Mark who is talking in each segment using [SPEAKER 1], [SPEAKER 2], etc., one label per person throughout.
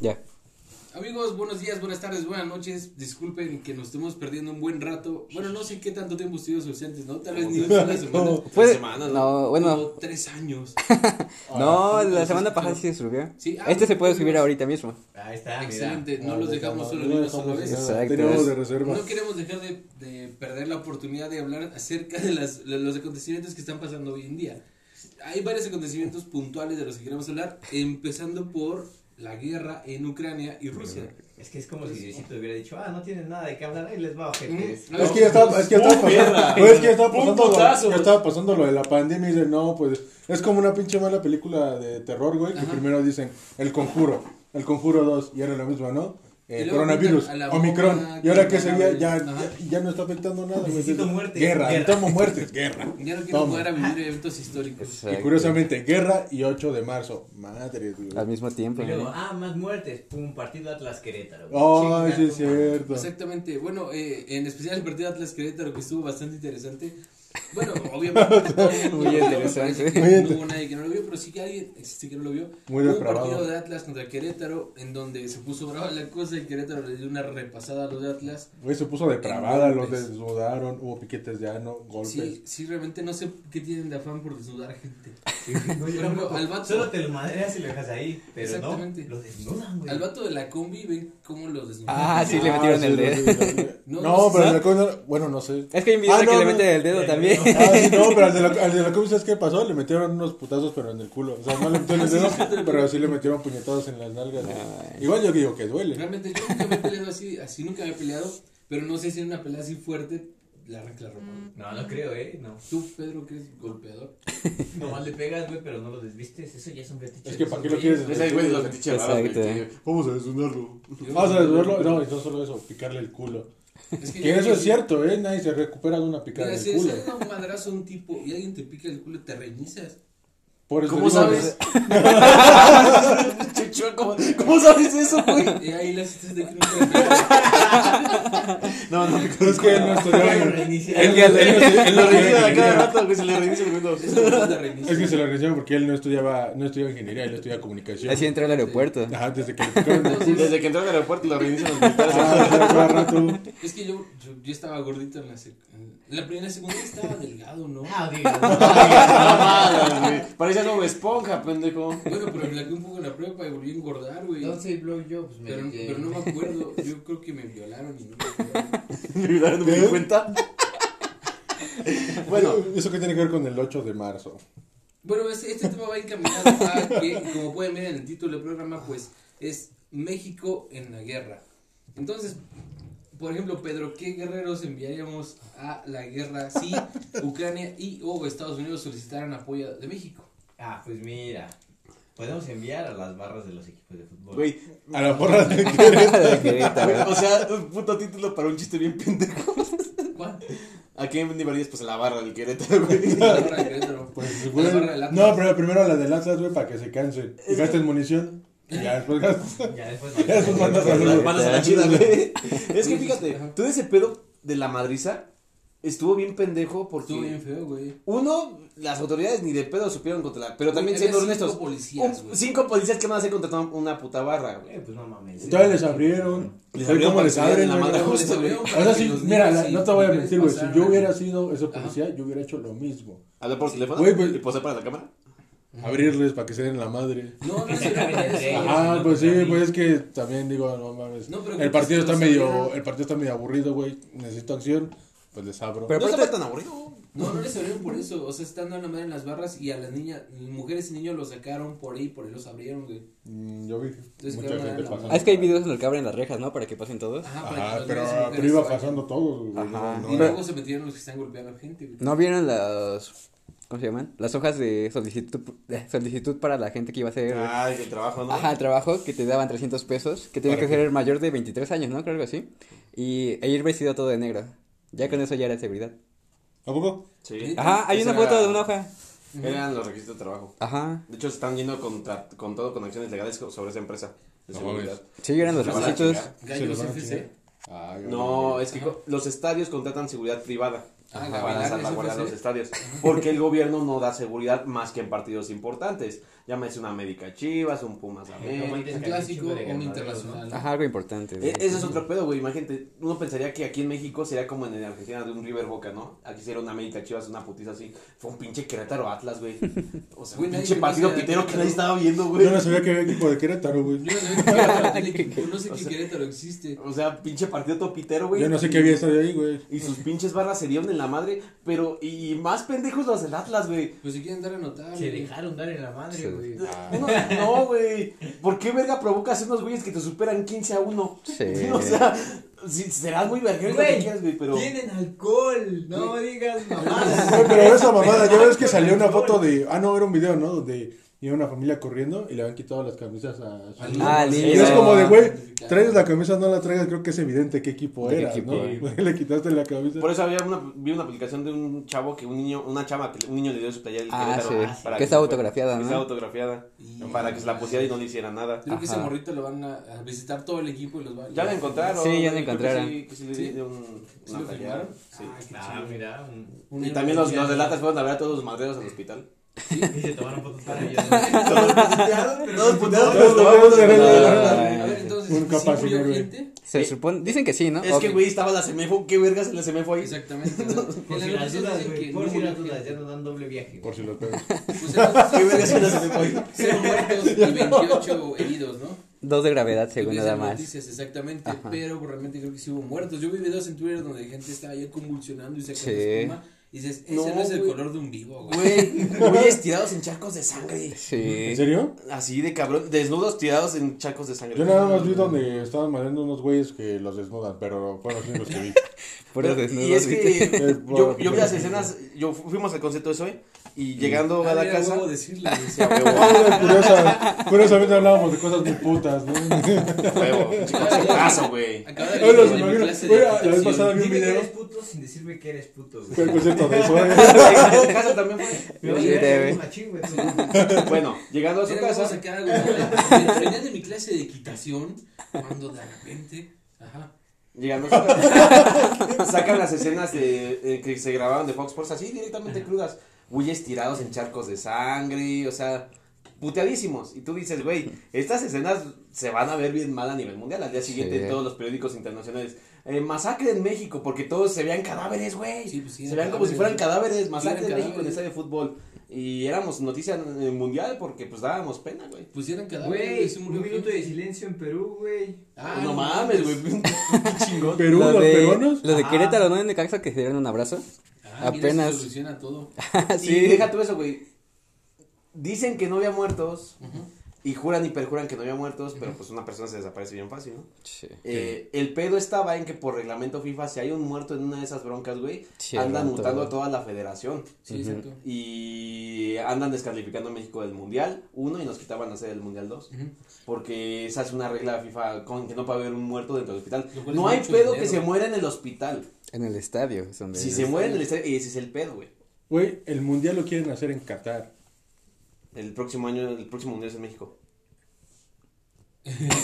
[SPEAKER 1] Ya.
[SPEAKER 2] Amigos, buenos días, buenas tardes, buenas noches. Disculpen que nos estemos perdiendo un buen rato. Bueno, no sé qué tanto tiempo estuvieron ausentes, ¿no? Tal vez ni una semana.
[SPEAKER 1] Fue-
[SPEAKER 3] semana, ¿no?
[SPEAKER 1] no,
[SPEAKER 2] Como
[SPEAKER 1] bueno.
[SPEAKER 2] tres años.
[SPEAKER 1] No, la
[SPEAKER 2] entonces,
[SPEAKER 1] semana pasada
[SPEAKER 2] claro.
[SPEAKER 1] sí se subió.
[SPEAKER 2] Sí, ah,
[SPEAKER 1] Este se puede
[SPEAKER 2] pues,
[SPEAKER 1] subir
[SPEAKER 2] pues,
[SPEAKER 1] ahorita mismo.
[SPEAKER 3] Ahí está,
[SPEAKER 2] Excelente, no
[SPEAKER 4] Ah,
[SPEAKER 2] los dejamos
[SPEAKER 4] dejamos-
[SPEAKER 2] solo
[SPEAKER 4] no
[SPEAKER 2] ni una
[SPEAKER 4] dejamos
[SPEAKER 2] sola vez.
[SPEAKER 4] solos.
[SPEAKER 1] Exacto.
[SPEAKER 4] Tenemos
[SPEAKER 1] es-
[SPEAKER 4] de reserva.
[SPEAKER 2] No queremos dejar de, de perder la oportunidad de hablar acerca de, las, de los acontecimientos que están pasando hoy en día. Hay varios acontecimientos puntuales de los que queremos hablar, empezando por la guerra en Ucrania y Rusia.
[SPEAKER 3] Es que es como
[SPEAKER 2] Pues,
[SPEAKER 3] si Diosito hubiera dicho, ah, no tienen nada de qué hablar, ahí les va, ojetes.
[SPEAKER 2] Mm.
[SPEAKER 4] Es que ya estaba, es que ya estaba
[SPEAKER 5] ¡Pum, mierda!
[SPEAKER 4] pasando, no, es que ya estaba
[SPEAKER 5] ¡Pum,
[SPEAKER 4] pasando,
[SPEAKER 5] putazo!
[SPEAKER 4] lo, ya estaba pasando lo de la pandemia y dicen, no, pues es como una pinche mala película de terror, güey, que
[SPEAKER 2] Ajá.
[SPEAKER 4] primero dicen El Conjuro, El Conjuro 2 y ahora la misma, ¿no?
[SPEAKER 2] Y
[SPEAKER 4] El
[SPEAKER 2] luego
[SPEAKER 4] coronavirus,
[SPEAKER 2] pintan a la bomba ah,
[SPEAKER 4] Omicrón, y ahora que sería,
[SPEAKER 2] que-
[SPEAKER 4] ya,
[SPEAKER 2] Ajá.
[SPEAKER 4] ya, ya no está afectando nada, güey.
[SPEAKER 3] Necesito
[SPEAKER 4] Entonces,
[SPEAKER 3] muerte,
[SPEAKER 4] Guerra,
[SPEAKER 3] guerra.
[SPEAKER 4] necesitamos muertes, guerra.
[SPEAKER 2] Ya no quiero
[SPEAKER 4] Toma.
[SPEAKER 2] jugar a vivir eventos históricos.
[SPEAKER 4] Y
[SPEAKER 1] Exacto.
[SPEAKER 4] curiosamente, guerra y 8 de marzo. Madre, güey.
[SPEAKER 1] Al mismo tiempo.
[SPEAKER 3] Y luego,
[SPEAKER 1] ¿no?
[SPEAKER 3] ah, más muertes, pum, partido Atlas Querétaro.
[SPEAKER 4] Ay, sí es
[SPEAKER 2] Chinga, toma.
[SPEAKER 4] cierto.
[SPEAKER 2] Exactamente. Bueno, eh, en especial el partido Atlas Querétaro que estuvo bastante interesante. Bueno, obviamente todo el mundo
[SPEAKER 1] Muy
[SPEAKER 2] lo vio,
[SPEAKER 1] interesante.
[SPEAKER 2] parece que
[SPEAKER 4] Muy
[SPEAKER 2] No
[SPEAKER 4] inter-
[SPEAKER 2] hubo nadie que no lo vio, pero sí que alguien existe que no lo vio.
[SPEAKER 4] Muy
[SPEAKER 2] Hubo un
[SPEAKER 4] depravado.
[SPEAKER 2] partido de Atlas contra Querétaro en donde se puso brava la cosa y Querétaro le dio una repasada a los de Atlas.
[SPEAKER 4] Güey, se puso depravada, los
[SPEAKER 2] golpes.
[SPEAKER 4] desnudaron, hubo piquetes de ano, golpes.
[SPEAKER 2] Sí, sí, realmente no sé qué tienen de afán por desnudar gente.
[SPEAKER 3] No, yo
[SPEAKER 2] Por ejemplo,
[SPEAKER 3] tampoco.
[SPEAKER 2] al vato-
[SPEAKER 3] Solo te lo madreas y lo dejas ahí, pero no,
[SPEAKER 2] Exactamente.
[SPEAKER 3] lo desnudan, güey.
[SPEAKER 2] Al vato de la combi ven cómo lo desnudaron.
[SPEAKER 1] Ah, sí, le metieron el dedo.
[SPEAKER 4] dedo.
[SPEAKER 2] No,
[SPEAKER 4] No,
[SPEAKER 2] no,
[SPEAKER 4] pero
[SPEAKER 1] ¿no?
[SPEAKER 4] el de la combi, bueno, no sé.
[SPEAKER 1] Es que hay un video
[SPEAKER 4] Ah,
[SPEAKER 1] de que
[SPEAKER 4] no,
[SPEAKER 1] le
[SPEAKER 4] no.
[SPEAKER 1] meten el dedo
[SPEAKER 3] Ya,
[SPEAKER 1] también.
[SPEAKER 3] ya,
[SPEAKER 4] Ah, sí, no, pero al de, la, al de la combi, ¿sabes qué pasó? Le metieron unos putazos, pero en el culo. O sea, no le metieron el dedo, pero sí le metieron puñetadas en las nalgas. güey. Igual yo digo que duele.
[SPEAKER 2] Realmente yo nunca me he peleado así, así nunca me he peleado, pero no sé si en una pelea así fuerte la arranca la ropa.
[SPEAKER 1] Mm.
[SPEAKER 3] No, no creo, eh, no.
[SPEAKER 2] ¿Tú, Pedro, que eres golpeador?
[SPEAKER 3] Nomás le pegas, güey, pero no lo desvistes, eso ya es un fetiche.
[SPEAKER 4] Es que
[SPEAKER 3] de
[SPEAKER 4] ¿para
[SPEAKER 3] esos
[SPEAKER 4] qué lo
[SPEAKER 3] güeyes.
[SPEAKER 4] quieres?
[SPEAKER 5] Ese güey de los fetiches raros, güey,
[SPEAKER 1] Exacto.
[SPEAKER 5] que Vamos a desnudarlo.
[SPEAKER 4] Vamos a desnudarlo. No, y no solo eso, picarle el culo.
[SPEAKER 2] Es
[SPEAKER 4] Que
[SPEAKER 2] yo-
[SPEAKER 4] eso es cierto, ¿eh? Nadie se recupera de una picada en
[SPEAKER 2] Mira, si
[SPEAKER 4] el
[SPEAKER 2] es
[SPEAKER 4] culo.
[SPEAKER 2] un madrazo a un tipo y alguien te pica el culo, te reñizas.
[SPEAKER 4] Por eso
[SPEAKER 5] ¿Cómo
[SPEAKER 4] Pues digo, pues,
[SPEAKER 5] sabes? Pinche chueco, ¿Cómo sabes eso, güey?
[SPEAKER 2] Y ahí las citas de que nunca-
[SPEAKER 5] No, no,
[SPEAKER 4] Es que no estoy-
[SPEAKER 3] Bueno, reinicia.
[SPEAKER 4] Él- él- él- él-
[SPEAKER 5] lo reinicia
[SPEAKER 4] él-
[SPEAKER 5] cada rato, güey, se le reinicia el Windows.
[SPEAKER 2] Eso no es la reinicia.
[SPEAKER 4] Es que se lo regañaron porque él no estudiaba, no estudiaba ingeniería, él estudiaba comunicación.
[SPEAKER 1] Así entró al aeropuerto.
[SPEAKER 4] Ajá, desde que le picaron el culo.
[SPEAKER 5] Desde que entró al aeropuerto lo reinician los militares.
[SPEAKER 4] Ah, ya, cada rato.
[SPEAKER 2] Es que yo, yo, yo estaba gordito en la sec- en la primera segunda estaba delgado, ¿no?
[SPEAKER 3] Ah, digo,
[SPEAKER 5] No mames, güey. Parecía como esponja, pendejo.
[SPEAKER 2] Bueno, pero me laqué un poco en la prepa y volví a engordar, güey.
[SPEAKER 3] Entonces, blowjobs, me
[SPEAKER 2] Pero,
[SPEAKER 3] metí-
[SPEAKER 2] pero no pues, me acuerdo, yo creo que me violaron y no me acuerdo.
[SPEAKER 5] Me dieron mi cuenta.
[SPEAKER 4] Bueno,
[SPEAKER 5] Bueno,
[SPEAKER 4] ¿eso qué tiene que ver con el 8 de marzo?
[SPEAKER 2] Bueno, este, este tema va encaminado a que, como pueden ver en el título del programa, pues es México en la guerra. Entonces, por ejemplo, Pedro, ¿qué guerreros enviaríamos a la guerra si Ucrania y o Estados Unidos solicitaran apoyo de México?
[SPEAKER 3] Ah, pues mira, podemos enviar a las barras de los equipos de fútbol.
[SPEAKER 5] güey.
[SPEAKER 4] A la porra de
[SPEAKER 1] De
[SPEAKER 5] güey,
[SPEAKER 1] Querétaro.
[SPEAKER 5] O sea, un puto título para un chiste bien pendejo.
[SPEAKER 2] ¿Cuál?
[SPEAKER 5] ¿A qué llevarías? Pues a la barra del Querétaro, güey.
[SPEAKER 2] La barra de Querétaro.
[SPEAKER 4] Pues,
[SPEAKER 2] La
[SPEAKER 4] güey.
[SPEAKER 2] barra del Atlas.
[SPEAKER 4] No, pero primero la de Atlas, güey, para que se cansen. Y gasten munición. Y ya después gastan.
[SPEAKER 3] Ya después.
[SPEAKER 4] Ya después mandas a
[SPEAKER 5] Las
[SPEAKER 4] los-
[SPEAKER 5] manos a la chida, güey. Es
[SPEAKER 2] Sí,
[SPEAKER 5] que fíjate,
[SPEAKER 2] ajá.
[SPEAKER 5] todo ese pedo de la madriza estuvo bien pendejo porque.
[SPEAKER 2] Estuvo bien feo, güey.
[SPEAKER 5] Uno, las autoridades ni de pedo supieron controlar. Pero también
[SPEAKER 2] Había
[SPEAKER 5] siendo
[SPEAKER 2] cinco
[SPEAKER 5] honestos.
[SPEAKER 2] policías,
[SPEAKER 5] un-
[SPEAKER 2] güey.
[SPEAKER 5] cinco policías que van a hacer contratar una puta barra, güey.
[SPEAKER 3] Eh, pues no mames.
[SPEAKER 4] Todavía les abrieron.
[SPEAKER 5] Les
[SPEAKER 4] Fue
[SPEAKER 5] abrieron
[SPEAKER 4] como
[SPEAKER 5] para
[SPEAKER 4] les
[SPEAKER 5] que se
[SPEAKER 4] abren,
[SPEAKER 5] dieran la
[SPEAKER 4] güey.
[SPEAKER 5] madre,
[SPEAKER 2] Los abrieron
[SPEAKER 4] O
[SPEAKER 2] para
[SPEAKER 4] sea,
[SPEAKER 2] que
[SPEAKER 4] sí,
[SPEAKER 2] los
[SPEAKER 4] mira,
[SPEAKER 2] niños
[SPEAKER 4] la-
[SPEAKER 2] y
[SPEAKER 4] no te voy a
[SPEAKER 2] mujeres
[SPEAKER 4] mentir, güey. Si yo
[SPEAKER 2] pasaran.
[SPEAKER 4] hubiera sido ese policía, yo hubiera hecho lo mismo.
[SPEAKER 5] Hablar por teléfono
[SPEAKER 4] Güey, pues-
[SPEAKER 5] y posar para la cámara.
[SPEAKER 4] Abrirles para que se den la madre.
[SPEAKER 2] No, no se dieron cuenta de eso.
[SPEAKER 4] Ajá, pues sí,
[SPEAKER 3] también.
[SPEAKER 4] pues es que también digo, no mames.
[SPEAKER 2] No, pero
[SPEAKER 4] El partido
[SPEAKER 2] pues,
[SPEAKER 4] está
[SPEAKER 2] los
[SPEAKER 4] medio,
[SPEAKER 2] abrieron.
[SPEAKER 4] el partido está medio aburrido, güey. Necesito acción, pues les abro.
[SPEAKER 1] Pero
[SPEAKER 5] no se
[SPEAKER 1] aparte-
[SPEAKER 5] ve tan aburrido.
[SPEAKER 2] No, no les abrieron por eso. O sea, están dando la madre en las barras y a las niñas, mujeres y niños los sacaron por ahí, por ahí los abrieron, güey.
[SPEAKER 4] Mm, Yo vi
[SPEAKER 2] que
[SPEAKER 4] mucha
[SPEAKER 2] ahora
[SPEAKER 4] gente
[SPEAKER 2] la-
[SPEAKER 4] pasando.
[SPEAKER 1] Ah, es que hay videos en los que abren las rejas, ¿no? Para que pasen todos.
[SPEAKER 2] Ajá, para que
[SPEAKER 4] Ajá,
[SPEAKER 2] los
[SPEAKER 4] pero,
[SPEAKER 2] niños y mujeres
[SPEAKER 4] pero iba
[SPEAKER 2] se vayan.
[SPEAKER 4] pasando todo, güey.
[SPEAKER 1] Ajá.
[SPEAKER 4] No,
[SPEAKER 2] Y
[SPEAKER 4] no,
[SPEAKER 2] luego se metieron los que están golpeando a gente, güey.
[SPEAKER 1] ¿No vieron las... ¿Cómo se llaman? Las hojas de solicitud, de solicitud para la gente que iba a hacer...
[SPEAKER 5] Ay, el trabajo, ¿no?
[SPEAKER 1] Ajá, trabajo que te daban 300 pesos, que tienes que
[SPEAKER 4] Para
[SPEAKER 1] ser mayor de 23 años, ¿no? Creo algo así. Y e ir vestido todo de negro. Ya con eso ya era seguridad.
[SPEAKER 4] ¿A poco?
[SPEAKER 5] Sí.
[SPEAKER 1] Ajá, hay
[SPEAKER 5] Esa
[SPEAKER 1] una
[SPEAKER 5] era-
[SPEAKER 1] foto de una hoja.
[SPEAKER 5] Eran los requisitos de trabajo.
[SPEAKER 1] Ajá.
[SPEAKER 5] De hecho, se están yendo contra, con todo con acciones legales co- sobre esa empresa. De
[SPEAKER 4] No
[SPEAKER 5] seguridad.
[SPEAKER 1] Sí, eran los
[SPEAKER 5] Se van a
[SPEAKER 1] requisitos.
[SPEAKER 5] chingar.
[SPEAKER 2] Gallos
[SPEAKER 4] los van a
[SPEAKER 2] FC.
[SPEAKER 4] chingar. Ah, yo
[SPEAKER 5] No, es que co- los estadios contratan seguridad privada.
[SPEAKER 2] Ah,
[SPEAKER 5] para
[SPEAKER 2] Gavilanes,
[SPEAKER 5] salvaguardar
[SPEAKER 2] FC.
[SPEAKER 5] los estadios. Porque el gobierno no da seguridad más que en partidos importantes. Llámese un América Chivas, un Pumas
[SPEAKER 3] Como
[SPEAKER 5] América.
[SPEAKER 3] dice
[SPEAKER 2] Un
[SPEAKER 3] que hay
[SPEAKER 2] clásico
[SPEAKER 3] chingo
[SPEAKER 2] o
[SPEAKER 3] de
[SPEAKER 2] un
[SPEAKER 3] ganaderos,
[SPEAKER 2] internacional.
[SPEAKER 1] Ajá, algo importante.
[SPEAKER 5] E-
[SPEAKER 1] güey.
[SPEAKER 5] Ese es otro pedo, güey. Imagínate, uno pensaría que aquí en México sería como en Argentina de un River Boca, ¿no? Aquí sería un América Chivas, una putiza así. Fue un pinche Querétaro Atlas, güey. O sea,
[SPEAKER 2] Güey,
[SPEAKER 5] un
[SPEAKER 2] nadie
[SPEAKER 5] pinche
[SPEAKER 2] le
[SPEAKER 5] partido
[SPEAKER 2] gusta
[SPEAKER 5] pitero que nadie
[SPEAKER 2] Querétaro.
[SPEAKER 5] estaba viendo, güey.
[SPEAKER 4] Yo no sabía que había equipo de Querétaro, güey.
[SPEAKER 2] Yo no sé que Querétaro tiene equipo, no sé que Querétaro existe.
[SPEAKER 5] O sea, pinche partido todo pitero, güey.
[SPEAKER 4] Yo no sé qué había estadio ahí, güey.
[SPEAKER 5] Y sus pinches barras se dieron en la madre, pero y más pendejos los del Atlas, güey.
[SPEAKER 2] Pues si quieren dar a notar.
[SPEAKER 3] Se
[SPEAKER 2] güey.
[SPEAKER 3] dejaron dar en la madre,
[SPEAKER 1] Sí.
[SPEAKER 3] güey.
[SPEAKER 5] No, no, güey. ¿Por qué verga provocas unos güeyes que te superan 15 a 1?
[SPEAKER 1] Sí.
[SPEAKER 5] O sea, si, serás muy verguero y lo que
[SPEAKER 3] Güey,
[SPEAKER 5] quieras, güey, pero.
[SPEAKER 3] Tienen alcohol, no digas mamadas.
[SPEAKER 4] Güey, pero esa mamada, ya ves que salió una foto de. Ah, no, era un video, ¿no? Donde iba una familia corriendo y le habían quitado las camisas a. su-
[SPEAKER 2] Al-
[SPEAKER 1] Ah,
[SPEAKER 2] al-
[SPEAKER 1] lindo.
[SPEAKER 4] Y es como de, güey,
[SPEAKER 2] Identificado.
[SPEAKER 4] traes la camisa, no la traigas, creo que es evidente qué equipo
[SPEAKER 1] ¿De qué
[SPEAKER 4] era,
[SPEAKER 1] equipo,
[SPEAKER 4] ¿no?
[SPEAKER 1] eh?
[SPEAKER 4] Güey, Le quitaste la camisa.
[SPEAKER 5] Por eso había una, vi una aplicación de un chavo que un niño, una chava, que un niño le dio su playera del
[SPEAKER 1] Ah,
[SPEAKER 5] Querétaro
[SPEAKER 1] sí. Que estaba autografiada,
[SPEAKER 5] Que
[SPEAKER 1] ¿no?
[SPEAKER 5] estaba autografiada.
[SPEAKER 2] Y-
[SPEAKER 5] Para que se la pusiera y no le hiciera nada.
[SPEAKER 2] Creo que ese
[SPEAKER 1] Ajá.
[SPEAKER 2] morrito lo van a, a visitar todo el equipo y los va
[SPEAKER 5] Ya la encontraron.
[SPEAKER 1] Sí, ya la
[SPEAKER 5] güey, creo que
[SPEAKER 1] encontraron.
[SPEAKER 5] Sí, que sí le
[SPEAKER 2] Sí.
[SPEAKER 5] dio un,
[SPEAKER 2] ¿Sí
[SPEAKER 5] una
[SPEAKER 2] lo
[SPEAKER 5] playera,
[SPEAKER 2] firmaron?
[SPEAKER 5] sí.
[SPEAKER 2] Ah, qué
[SPEAKER 3] Ah,
[SPEAKER 2] chido.
[SPEAKER 3] mira, un...
[SPEAKER 5] Y también los, los de latas fueron a ver a todos los madreros al hospital.
[SPEAKER 3] y se tomaron fotos para ellos.
[SPEAKER 5] Todos puteados,
[SPEAKER 4] Todos
[SPEAKER 5] todos puteados, pero
[SPEAKER 4] puteados,
[SPEAKER 5] todos-
[SPEAKER 4] pero-
[SPEAKER 2] A ver, entonces,
[SPEAKER 4] Un
[SPEAKER 2] ¿sí
[SPEAKER 4] capaz,
[SPEAKER 2] murió
[SPEAKER 4] güey.
[SPEAKER 2] gente?
[SPEAKER 1] Se supone, dicen que sí, ¿no?
[SPEAKER 5] Es
[SPEAKER 1] Ah, Ok.
[SPEAKER 5] que, güey, estaba la semefo. ¿Qué vergas en la semefo ahí?
[SPEAKER 2] Exactamente. ¿no?
[SPEAKER 3] Por
[SPEAKER 2] En
[SPEAKER 3] si
[SPEAKER 2] las
[SPEAKER 3] las
[SPEAKER 2] noticias
[SPEAKER 3] dudas,
[SPEAKER 2] dicen
[SPEAKER 3] güey.
[SPEAKER 2] que
[SPEAKER 3] Por
[SPEAKER 2] no
[SPEAKER 3] si las
[SPEAKER 2] murió
[SPEAKER 3] dudas, ya
[SPEAKER 2] gente.
[SPEAKER 3] nos dan doble viaje.
[SPEAKER 4] Por si lo pegas.
[SPEAKER 2] Pues
[SPEAKER 5] ¿Qué
[SPEAKER 2] entonces,
[SPEAKER 5] vergas en la semefo ahí?
[SPEAKER 2] cero muertos y 28 heridos, ¿no?
[SPEAKER 1] Dos de gravedad,
[SPEAKER 2] Que
[SPEAKER 1] según
[SPEAKER 2] vi
[SPEAKER 1] nada
[SPEAKER 2] esas
[SPEAKER 1] más.
[SPEAKER 2] noticias, exactamente,
[SPEAKER 1] Ajá.
[SPEAKER 2] pero pues, realmente creo que sí hubo muertos. Yo vi videos en Twitter donde gente estaba ya convulsionando y se
[SPEAKER 1] Sí.
[SPEAKER 2] espuma. Y dices, ese no,
[SPEAKER 5] No,
[SPEAKER 2] es el
[SPEAKER 5] güey.
[SPEAKER 2] color de un vivo, güey.
[SPEAKER 5] Güey, güeyes tirados en charcos de sangre.
[SPEAKER 1] Sí.
[SPEAKER 4] ¿En serio?
[SPEAKER 5] Así de cabrón, desnudos tirados en charcos de sangre.
[SPEAKER 4] Yo nada más vi donde estaban matando unos güeyes que los desnudan, pero fueron los únicos que vi.
[SPEAKER 1] Puros
[SPEAKER 5] Pero-
[SPEAKER 1] desnudos,
[SPEAKER 5] y es
[SPEAKER 1] ¿viste?
[SPEAKER 5] que yo, yo vi las escenas, yo fu- fuimos al concierto de hoy y llegando a
[SPEAKER 2] Ah,
[SPEAKER 5] la
[SPEAKER 2] mira,
[SPEAKER 5] casa.
[SPEAKER 2] huevo decirle, güey.
[SPEAKER 5] Sí, a huevo,
[SPEAKER 4] Curiosa- curiosamente hablábamos de cosas muy putas, ¿no?
[SPEAKER 5] a huevo, chico, güey.
[SPEAKER 2] Acaba de
[SPEAKER 4] Ahora los
[SPEAKER 2] mi
[SPEAKER 4] imagino,
[SPEAKER 2] clase de
[SPEAKER 4] güey, la vez
[SPEAKER 2] equitación.
[SPEAKER 4] pasada vi
[SPEAKER 3] Dime
[SPEAKER 4] un
[SPEAKER 3] que
[SPEAKER 4] video.
[SPEAKER 3] eres puto sin decirme que eres puto,
[SPEAKER 4] Fue
[SPEAKER 3] güey.
[SPEAKER 4] el concierto pues, de Zoe.
[SPEAKER 5] En su casa también
[SPEAKER 3] Me vas a
[SPEAKER 1] Sí,
[SPEAKER 3] ver,
[SPEAKER 1] debe.
[SPEAKER 3] eres machín, güey, tú.
[SPEAKER 5] fue. Bueno, llegando a su
[SPEAKER 2] Mira, vamos a
[SPEAKER 5] casa,
[SPEAKER 2] sacar algo, güey. Venía de mi clase de equitación cuando de repente, ajá,
[SPEAKER 5] llegando a su casa, sacan las escenas de, eh, que se grabaron de Fox Sports así directamente crudas. Güeyes tirados en charcos de sangre, o sea, puteadísimos. Y tú dices, güey, estas escenas se van a ver bien mal a nivel mundial. Al día siguiente
[SPEAKER 1] Sí.
[SPEAKER 5] en todos los periódicos internacionales. eh, masacre en México, porque todos se vean cadáveres, güey.
[SPEAKER 2] Sí, pues sí,
[SPEAKER 5] se
[SPEAKER 2] eran
[SPEAKER 5] vean como si fueran cadáveres. Masacre en
[SPEAKER 2] eran
[SPEAKER 5] México en el
[SPEAKER 2] cadáveres.
[SPEAKER 5] estadio de fútbol. Y éramos noticia eh, mundial porque pues dábamos pena, güey.
[SPEAKER 2] pusieron cada
[SPEAKER 3] Güey, un minuto de silencio en Perú, güey.
[SPEAKER 2] Ah,
[SPEAKER 5] no mames, güey. qué chingón.
[SPEAKER 4] Perú,
[SPEAKER 1] Lo
[SPEAKER 4] los
[SPEAKER 1] de-
[SPEAKER 4] peruanos.
[SPEAKER 1] Los de
[SPEAKER 3] Ah.
[SPEAKER 1] Querétaro, ¿no? En Necaxa que se dieron un abrazo. Ah,
[SPEAKER 2] Ah, mira,
[SPEAKER 1] Apenas.
[SPEAKER 2] eso soluciona todo.
[SPEAKER 5] Y deja tú eso, güey. Dicen que no había muertos. Y juran y perjuran que no había muertos, pero pues una persona se desaparece bien fácil, ¿no?
[SPEAKER 1] Sí.
[SPEAKER 5] Eh, el pedo estaba en que por reglamento FIFA, si hay un muerto en una de esas broncas, güey,
[SPEAKER 1] Sí,
[SPEAKER 5] andan
[SPEAKER 1] aguanta,
[SPEAKER 5] mutando
[SPEAKER 1] güey.
[SPEAKER 5] a toda la federación.
[SPEAKER 2] Sí, exacto.
[SPEAKER 5] Y andan descalificando a México del Mundial 1 y nos quitaban hacer el Mundial 2.
[SPEAKER 2] Ujú.
[SPEAKER 5] Porque esa es una regla de FIFA con que no puede haber un muerto dentro del hospital.
[SPEAKER 2] Lo cual es
[SPEAKER 5] No hay
[SPEAKER 2] mucho
[SPEAKER 5] pedo que
[SPEAKER 2] dinero.
[SPEAKER 5] se muera en el hospital.
[SPEAKER 1] En el estadio. es donde-
[SPEAKER 5] Si se muere en el estadio, ese es el pedo, güey.
[SPEAKER 4] Güey, el mundial lo quieren hacer en Qatar.
[SPEAKER 5] El próximo año, el próximo mundial es en México.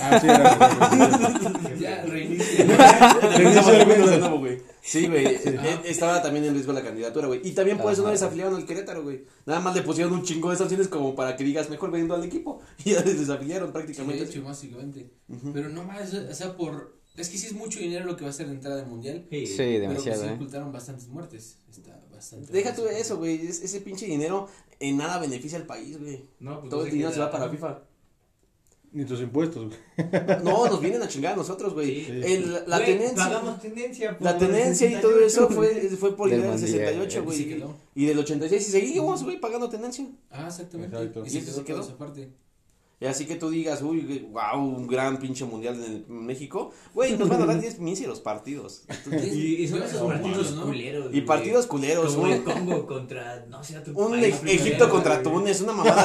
[SPEAKER 4] Ah, sí, era.
[SPEAKER 2] Ya, reinicia.
[SPEAKER 5] Estamos
[SPEAKER 4] Reinicia el
[SPEAKER 5] hablando de
[SPEAKER 4] mundo.
[SPEAKER 5] nuevo, güey. Sí, güey. eh, Estaba también en riesgo la candidatura, güey. Y también por eso no desafiliaron al Querétaro, güey. Nada más le pusieron un chingo de sanciones como para que digas mejor vendo al equipo. Y ya les desafiliaron prácticamente.
[SPEAKER 2] De hecho, básicamente. Pero no más, o sea, por... Es que sí es mucho dinero lo que va a ser la entrada del mundial.
[SPEAKER 1] Sí,
[SPEAKER 2] Pero
[SPEAKER 1] demasiado,
[SPEAKER 2] pues, sí
[SPEAKER 1] ¿eh?
[SPEAKER 2] ocultaron bastantes muertes. Está bastante...
[SPEAKER 5] Deja tú eso, güey. es- ese pinche dinero en nada beneficia al país, güey.
[SPEAKER 3] No, pues,
[SPEAKER 5] Todo
[SPEAKER 3] no
[SPEAKER 5] el
[SPEAKER 3] sé
[SPEAKER 5] dinero
[SPEAKER 3] qué
[SPEAKER 5] se va
[SPEAKER 3] da.
[SPEAKER 5] para FIFA.
[SPEAKER 4] Ni tus impuestos, güey.
[SPEAKER 5] No, nos vienen a chingar a nosotros, güey.
[SPEAKER 3] Sí.
[SPEAKER 5] El- La
[SPEAKER 3] Güey,
[SPEAKER 5] tenencia.
[SPEAKER 3] pagamos tenencia. por
[SPEAKER 5] La tenencia y todo eso
[SPEAKER 3] 68,
[SPEAKER 5] fue, fue por
[SPEAKER 1] Del
[SPEAKER 5] idea del
[SPEAKER 1] Mundial,
[SPEAKER 5] 68,
[SPEAKER 2] güey. Y se
[SPEAKER 5] güey.
[SPEAKER 2] quedó.
[SPEAKER 5] Y del 86 y seguimos, güey, pagando tenencia.
[SPEAKER 2] Ah, exactamente.
[SPEAKER 4] Exacto.
[SPEAKER 2] Y se
[SPEAKER 5] ¿Y eso
[SPEAKER 2] quedó,
[SPEAKER 5] se quedó?
[SPEAKER 2] toda esa parte.
[SPEAKER 5] Y así que tú digas, uy, wow, un gran pinche mundial en el- en México. Güey, nos van a dar 10 misiles los partidos.
[SPEAKER 3] Y, y son
[SPEAKER 2] Pero
[SPEAKER 3] esos
[SPEAKER 2] son
[SPEAKER 3] partidos
[SPEAKER 2] buenos, ¿no?
[SPEAKER 3] culeros.
[SPEAKER 5] Y
[SPEAKER 3] güey.
[SPEAKER 5] partidos culeros,
[SPEAKER 3] Como el
[SPEAKER 5] un,
[SPEAKER 3] Congo contra, no sé, otro
[SPEAKER 5] un
[SPEAKER 3] país
[SPEAKER 5] Eg- Egipto
[SPEAKER 3] africano,
[SPEAKER 5] contra
[SPEAKER 3] güey.
[SPEAKER 5] Túnez, una mamada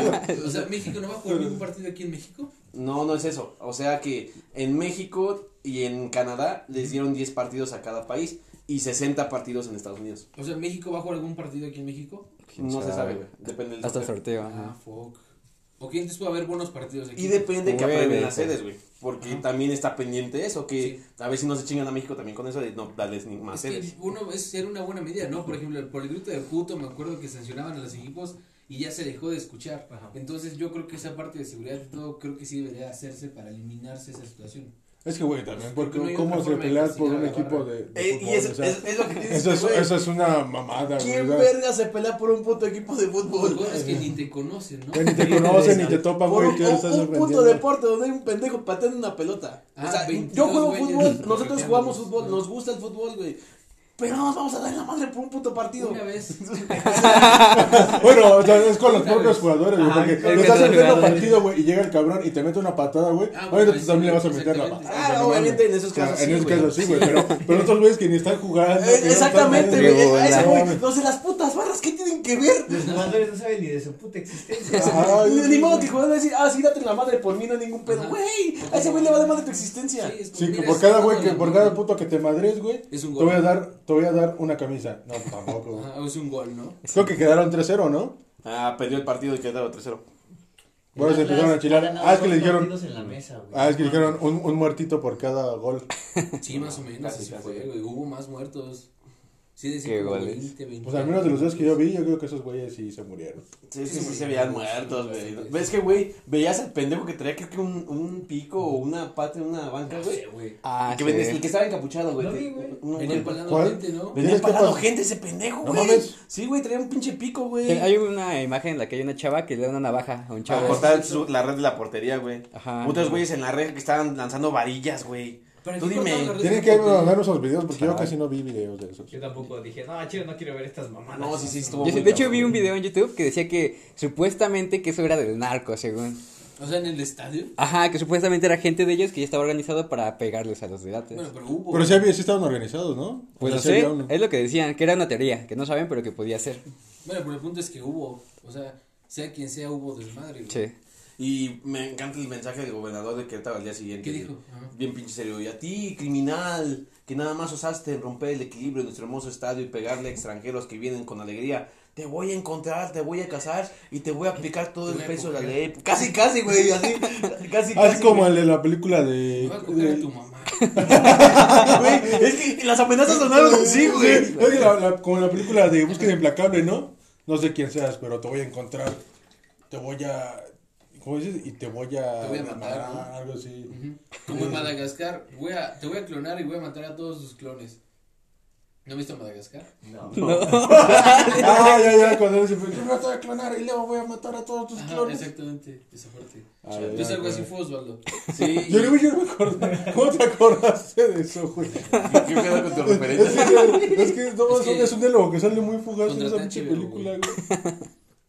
[SPEAKER 5] así. güey.
[SPEAKER 2] O sea, México no va a jugar ningún partido aquí en México.
[SPEAKER 5] No, no es eso. O sea que en México y en Canadá les dieron 10 partidos a cada país y 60 partidos en Estados Unidos.
[SPEAKER 2] O sea, México va a jugar algún partido aquí en México.
[SPEAKER 1] ¿Quién
[SPEAKER 5] No se sabe,
[SPEAKER 1] sabe?
[SPEAKER 5] güey. Depende del
[SPEAKER 1] Hasta el
[SPEAKER 5] sorteo.
[SPEAKER 1] sorteo.
[SPEAKER 2] Ah,
[SPEAKER 1] ajá.
[SPEAKER 2] fuck. Ok, entonces puede haber buenos partidos aquí.
[SPEAKER 5] Y depende que
[SPEAKER 1] Güey,
[SPEAKER 5] aprueben
[SPEAKER 1] de
[SPEAKER 5] las
[SPEAKER 1] eso.
[SPEAKER 5] sedes, güey. Porque
[SPEAKER 2] Ajá.
[SPEAKER 5] también está pendiente eso, que
[SPEAKER 2] Sí.
[SPEAKER 5] a ver si no se chingan a México también con eso de no darles ni más
[SPEAKER 2] Es que
[SPEAKER 5] sedes.
[SPEAKER 2] uno, es, era una buena medida, ¿no? Por ejemplo, por el grito de puto, me acuerdo que sancionaban a los equipos y ya se dejó de escuchar.
[SPEAKER 3] Ajá.
[SPEAKER 2] Entonces yo creo que esa parte de seguridad y todo creo que sí debería hacerse para eliminarse esa situación.
[SPEAKER 4] Es que, güey, también,
[SPEAKER 2] Porque
[SPEAKER 4] porque
[SPEAKER 2] no hay
[SPEAKER 4] ¿cómo
[SPEAKER 2] otra
[SPEAKER 4] se
[SPEAKER 2] forma de
[SPEAKER 4] peleas por un
[SPEAKER 2] castigar a la
[SPEAKER 4] equipo
[SPEAKER 2] barra.
[SPEAKER 4] de, de
[SPEAKER 5] Eh, y
[SPEAKER 4] fútbol?
[SPEAKER 5] eso,
[SPEAKER 4] O sea,
[SPEAKER 5] es, es lo que dices,
[SPEAKER 4] eso es,
[SPEAKER 5] güey.
[SPEAKER 4] eso es una mamada, güey.
[SPEAKER 5] ¿Quién
[SPEAKER 4] o sea,
[SPEAKER 5] verga se pelea por un puto equipo de fútbol?
[SPEAKER 2] Bueno, es que
[SPEAKER 4] eh,
[SPEAKER 2] ni te conocen, ¿no?
[SPEAKER 4] que ni te conocen, ni te topan,
[SPEAKER 5] Por
[SPEAKER 4] güey.
[SPEAKER 5] un,
[SPEAKER 4] ¿Qué le estás
[SPEAKER 5] un- un puto
[SPEAKER 4] sorprendiendo?
[SPEAKER 5] deporte donde hay un pendejo pateando una pelota.
[SPEAKER 2] Ah,
[SPEAKER 5] o sea,
[SPEAKER 2] 22
[SPEAKER 5] yo juego
[SPEAKER 2] güeyes
[SPEAKER 5] fútbol,
[SPEAKER 2] correteando.
[SPEAKER 5] nosotros jugamos fútbol, nos gusta el fútbol, güey. Pero no nos vamos a dar la madre por un puto partido.
[SPEAKER 2] Una vez.
[SPEAKER 4] Bueno, o sea, es con los
[SPEAKER 2] Una
[SPEAKER 4] propios
[SPEAKER 2] vez.
[SPEAKER 4] jugadores, güey.
[SPEAKER 3] Ajá,
[SPEAKER 4] Porque
[SPEAKER 3] es
[SPEAKER 4] le
[SPEAKER 1] que
[SPEAKER 4] estás
[SPEAKER 1] son
[SPEAKER 4] haciendo
[SPEAKER 1] jugadores.
[SPEAKER 4] partido, güey, y llega el cabrón y te mete una patada, güey.
[SPEAKER 2] Ah,
[SPEAKER 4] Ahora
[SPEAKER 2] pues,
[SPEAKER 4] tú también le vas a meter la
[SPEAKER 2] exactamente.
[SPEAKER 4] patada.
[SPEAKER 5] Ah,
[SPEAKER 4] o sea, no
[SPEAKER 5] obviamente,
[SPEAKER 4] mames.
[SPEAKER 5] en esos
[SPEAKER 4] O sea,
[SPEAKER 5] casos
[SPEAKER 4] En
[SPEAKER 5] sí,
[SPEAKER 4] esos
[SPEAKER 5] güey.
[SPEAKER 4] casos sí, güey. Pero, pero otros güeyes que ni están jugando.
[SPEAKER 5] Eh,
[SPEAKER 4] que no
[SPEAKER 5] exactamente,
[SPEAKER 4] están-
[SPEAKER 1] Qué
[SPEAKER 5] güey. A
[SPEAKER 1] bola.
[SPEAKER 5] eso, güey. No sé las putas barras, ¿qué tienen que ver?
[SPEAKER 3] Los jugadores no saben ni de su puta existencia.
[SPEAKER 4] Ay,
[SPEAKER 5] Ni- Ni
[SPEAKER 4] güey.
[SPEAKER 5] modo que el jugador va a decir, ah, sí, date la madre por mí, no hay ningún pedo.
[SPEAKER 2] Ajá.
[SPEAKER 5] Güey, a ese güey le va a dar madre tu existencia.
[SPEAKER 2] es como,
[SPEAKER 4] Sí, que
[SPEAKER 2] mira,
[SPEAKER 4] por
[SPEAKER 2] está
[SPEAKER 4] cada güey,
[SPEAKER 2] jugando
[SPEAKER 4] que por
[SPEAKER 2] la
[SPEAKER 4] cada
[SPEAKER 2] mano.
[SPEAKER 4] puto que te madres, güey, te
[SPEAKER 2] Es un
[SPEAKER 4] voy a
[SPEAKER 2] gol.
[SPEAKER 4] dar, te voy a dar una camisa. No, tampoco, güey.
[SPEAKER 2] Ajá, es un gol, ¿no?
[SPEAKER 4] Creo que quedaron 3-0, ¿no?
[SPEAKER 5] Ah, perdió el partido y quedaron 3-0.
[SPEAKER 4] Bueno, se
[SPEAKER 3] Atlas
[SPEAKER 4] empezaron a chilar.
[SPEAKER 3] ha ganado
[SPEAKER 4] Ah, es que
[SPEAKER 3] dos
[SPEAKER 4] le dijeron.
[SPEAKER 3] partidos en la mesa, güey.
[SPEAKER 4] Ah, es que le dijeron un, un muertito por cada gol.
[SPEAKER 2] Sí, más o menos.
[SPEAKER 5] Casi,
[SPEAKER 2] así
[SPEAKER 5] casi.
[SPEAKER 2] fue, güey. Hubo más muertos. Sí,
[SPEAKER 1] Qué
[SPEAKER 2] decía como
[SPEAKER 1] goles.
[SPEAKER 2] 20, 20.
[SPEAKER 4] Pues al menos de los dos que yo vi, yo creo que esos güeyes sí se murieron.
[SPEAKER 5] Sí, sí,
[SPEAKER 2] Sí,
[SPEAKER 5] sí,
[SPEAKER 2] sí,
[SPEAKER 5] se veían
[SPEAKER 2] sí,
[SPEAKER 5] muertos,
[SPEAKER 2] sí,
[SPEAKER 5] güey.
[SPEAKER 2] sí.
[SPEAKER 5] ¿Ves que, güey? Veías al pendejo que traía, creo que un, un pico o una pata en una banca,
[SPEAKER 2] No
[SPEAKER 5] güey.
[SPEAKER 2] sé, güey.
[SPEAKER 1] Ah,
[SPEAKER 5] que
[SPEAKER 1] sí.
[SPEAKER 5] venía- el que estaba encapuchado, güey.
[SPEAKER 3] Lo
[SPEAKER 5] que-
[SPEAKER 3] vi, güey.
[SPEAKER 5] un- un-
[SPEAKER 2] Venía
[SPEAKER 5] güey,
[SPEAKER 2] empalando
[SPEAKER 4] ¿Cuál?
[SPEAKER 2] gente, ¿no?
[SPEAKER 5] Venía
[SPEAKER 4] ¿Qué
[SPEAKER 5] empalando
[SPEAKER 4] pasa?
[SPEAKER 5] gente ese pendejo,
[SPEAKER 4] No
[SPEAKER 5] güey.
[SPEAKER 4] mames.
[SPEAKER 5] sí, güey, traía un pinche pico, güey.
[SPEAKER 1] Hay una imagen en la que hay una chava que le da una navaja a un
[SPEAKER 5] Para
[SPEAKER 1] chavo.
[SPEAKER 5] cortar su- la red de la portería, güey.
[SPEAKER 1] Ajá.
[SPEAKER 5] Muchos güeyes en la red que estaban lanzando varillas, güey.
[SPEAKER 2] Pero
[SPEAKER 5] Tú
[SPEAKER 2] aquí
[SPEAKER 5] dime.
[SPEAKER 2] cortaron la red
[SPEAKER 4] Tienen
[SPEAKER 2] de
[SPEAKER 4] que
[SPEAKER 2] portería.
[SPEAKER 4] mandarnos esos videos porque yo
[SPEAKER 1] Ajá.
[SPEAKER 4] casi no vi videos de esos.
[SPEAKER 3] Yo tampoco dije, no, chido, no quiero ver estas mamadas.
[SPEAKER 5] No, sí, sí, estuvo
[SPEAKER 1] Yo sí-
[SPEAKER 5] muy
[SPEAKER 1] de hecho,
[SPEAKER 5] cabrón,
[SPEAKER 1] vi un
[SPEAKER 5] güey.
[SPEAKER 1] video en YouTube que decía que supuestamente que eso era del narco, según.
[SPEAKER 2] O sea, en el estadio.
[SPEAKER 1] Ajá, que supuestamente era gente de ellos que ya estaba organizado para pegarles a los de Atlas.
[SPEAKER 2] Bueno, pero hubo.
[SPEAKER 4] Pero sí, había- sí estaban organizados, ¿no?
[SPEAKER 1] pues
[SPEAKER 4] O
[SPEAKER 1] no
[SPEAKER 4] sea, sí
[SPEAKER 1] sé,
[SPEAKER 4] había un-
[SPEAKER 1] es lo que decían, que era una teoría, que no saben, pero que podía ser.
[SPEAKER 2] Bueno, pero el punto es que hubo. O sea, sea quien sea, hubo desmadre. güey.
[SPEAKER 1] Sí.
[SPEAKER 5] Y me encanta el mensaje del gobernador de Querétaro al día siguiente.
[SPEAKER 2] ¿Qué
[SPEAKER 5] güey.
[SPEAKER 2] dijo? Ajá.
[SPEAKER 5] Bien pinche serio. Y a ti, criminal, que nada más osaste en romper el equilibrio de nuestro hermoso estadio y pegarle a extranjeros que vienen con alegría. Te voy a encontrar, te voy a casar y te voy a aplicar
[SPEAKER 2] Te
[SPEAKER 5] todo el
[SPEAKER 2] voy a
[SPEAKER 5] peso de la
[SPEAKER 2] coger.
[SPEAKER 5] ley. Casi, casi, güey, así. Casi,
[SPEAKER 4] Ah, es
[SPEAKER 5] casi.
[SPEAKER 4] como
[SPEAKER 5] güey.
[SPEAKER 4] el de la película
[SPEAKER 2] Me
[SPEAKER 4] de.
[SPEAKER 2] va a coger a
[SPEAKER 4] de-
[SPEAKER 2] tu mamá.
[SPEAKER 5] Güey, es que las amenazas sonaron así, güey.
[SPEAKER 4] Sí, es que la- la- como la película de Búsqueda Implacable, ¿no? No sé quién seas, pero te voy a encontrar. Te voy a. ¿Cómo dices? Y te voy a.
[SPEAKER 2] Te voy a matar, ¿no?
[SPEAKER 4] Algo así.
[SPEAKER 2] Ujú. Como en Madagascar, voy a, te voy a clonar y voy a matar a todos tus clones. ¿No has visto Madagascar?
[SPEAKER 3] No.
[SPEAKER 4] Ah, ya, ya, cuando dice, pues, yo me voy a clonar y luego voy a matar a todos tus
[SPEAKER 2] Ajá,
[SPEAKER 4] clones.
[SPEAKER 2] exactamente, esa parte.
[SPEAKER 4] Ah, ya,
[SPEAKER 2] Entonces
[SPEAKER 4] ya,
[SPEAKER 2] algo así
[SPEAKER 4] güey.
[SPEAKER 2] fue Osvaldo.
[SPEAKER 5] Sí.
[SPEAKER 4] Yo digo, yo no me acuerdo. ¿Cómo te acordaste de eso, güey?
[SPEAKER 5] ¿Qué pedo con tu
[SPEAKER 4] Es
[SPEAKER 5] referencia?
[SPEAKER 4] que, es, que, no,
[SPEAKER 2] Es
[SPEAKER 4] son-
[SPEAKER 2] que-
[SPEAKER 4] es un diálogo que sale muy fugaz en
[SPEAKER 2] Contraté
[SPEAKER 4] esa
[SPEAKER 2] a
[SPEAKER 4] pinche
[SPEAKER 2] HBO,
[SPEAKER 4] película, güey.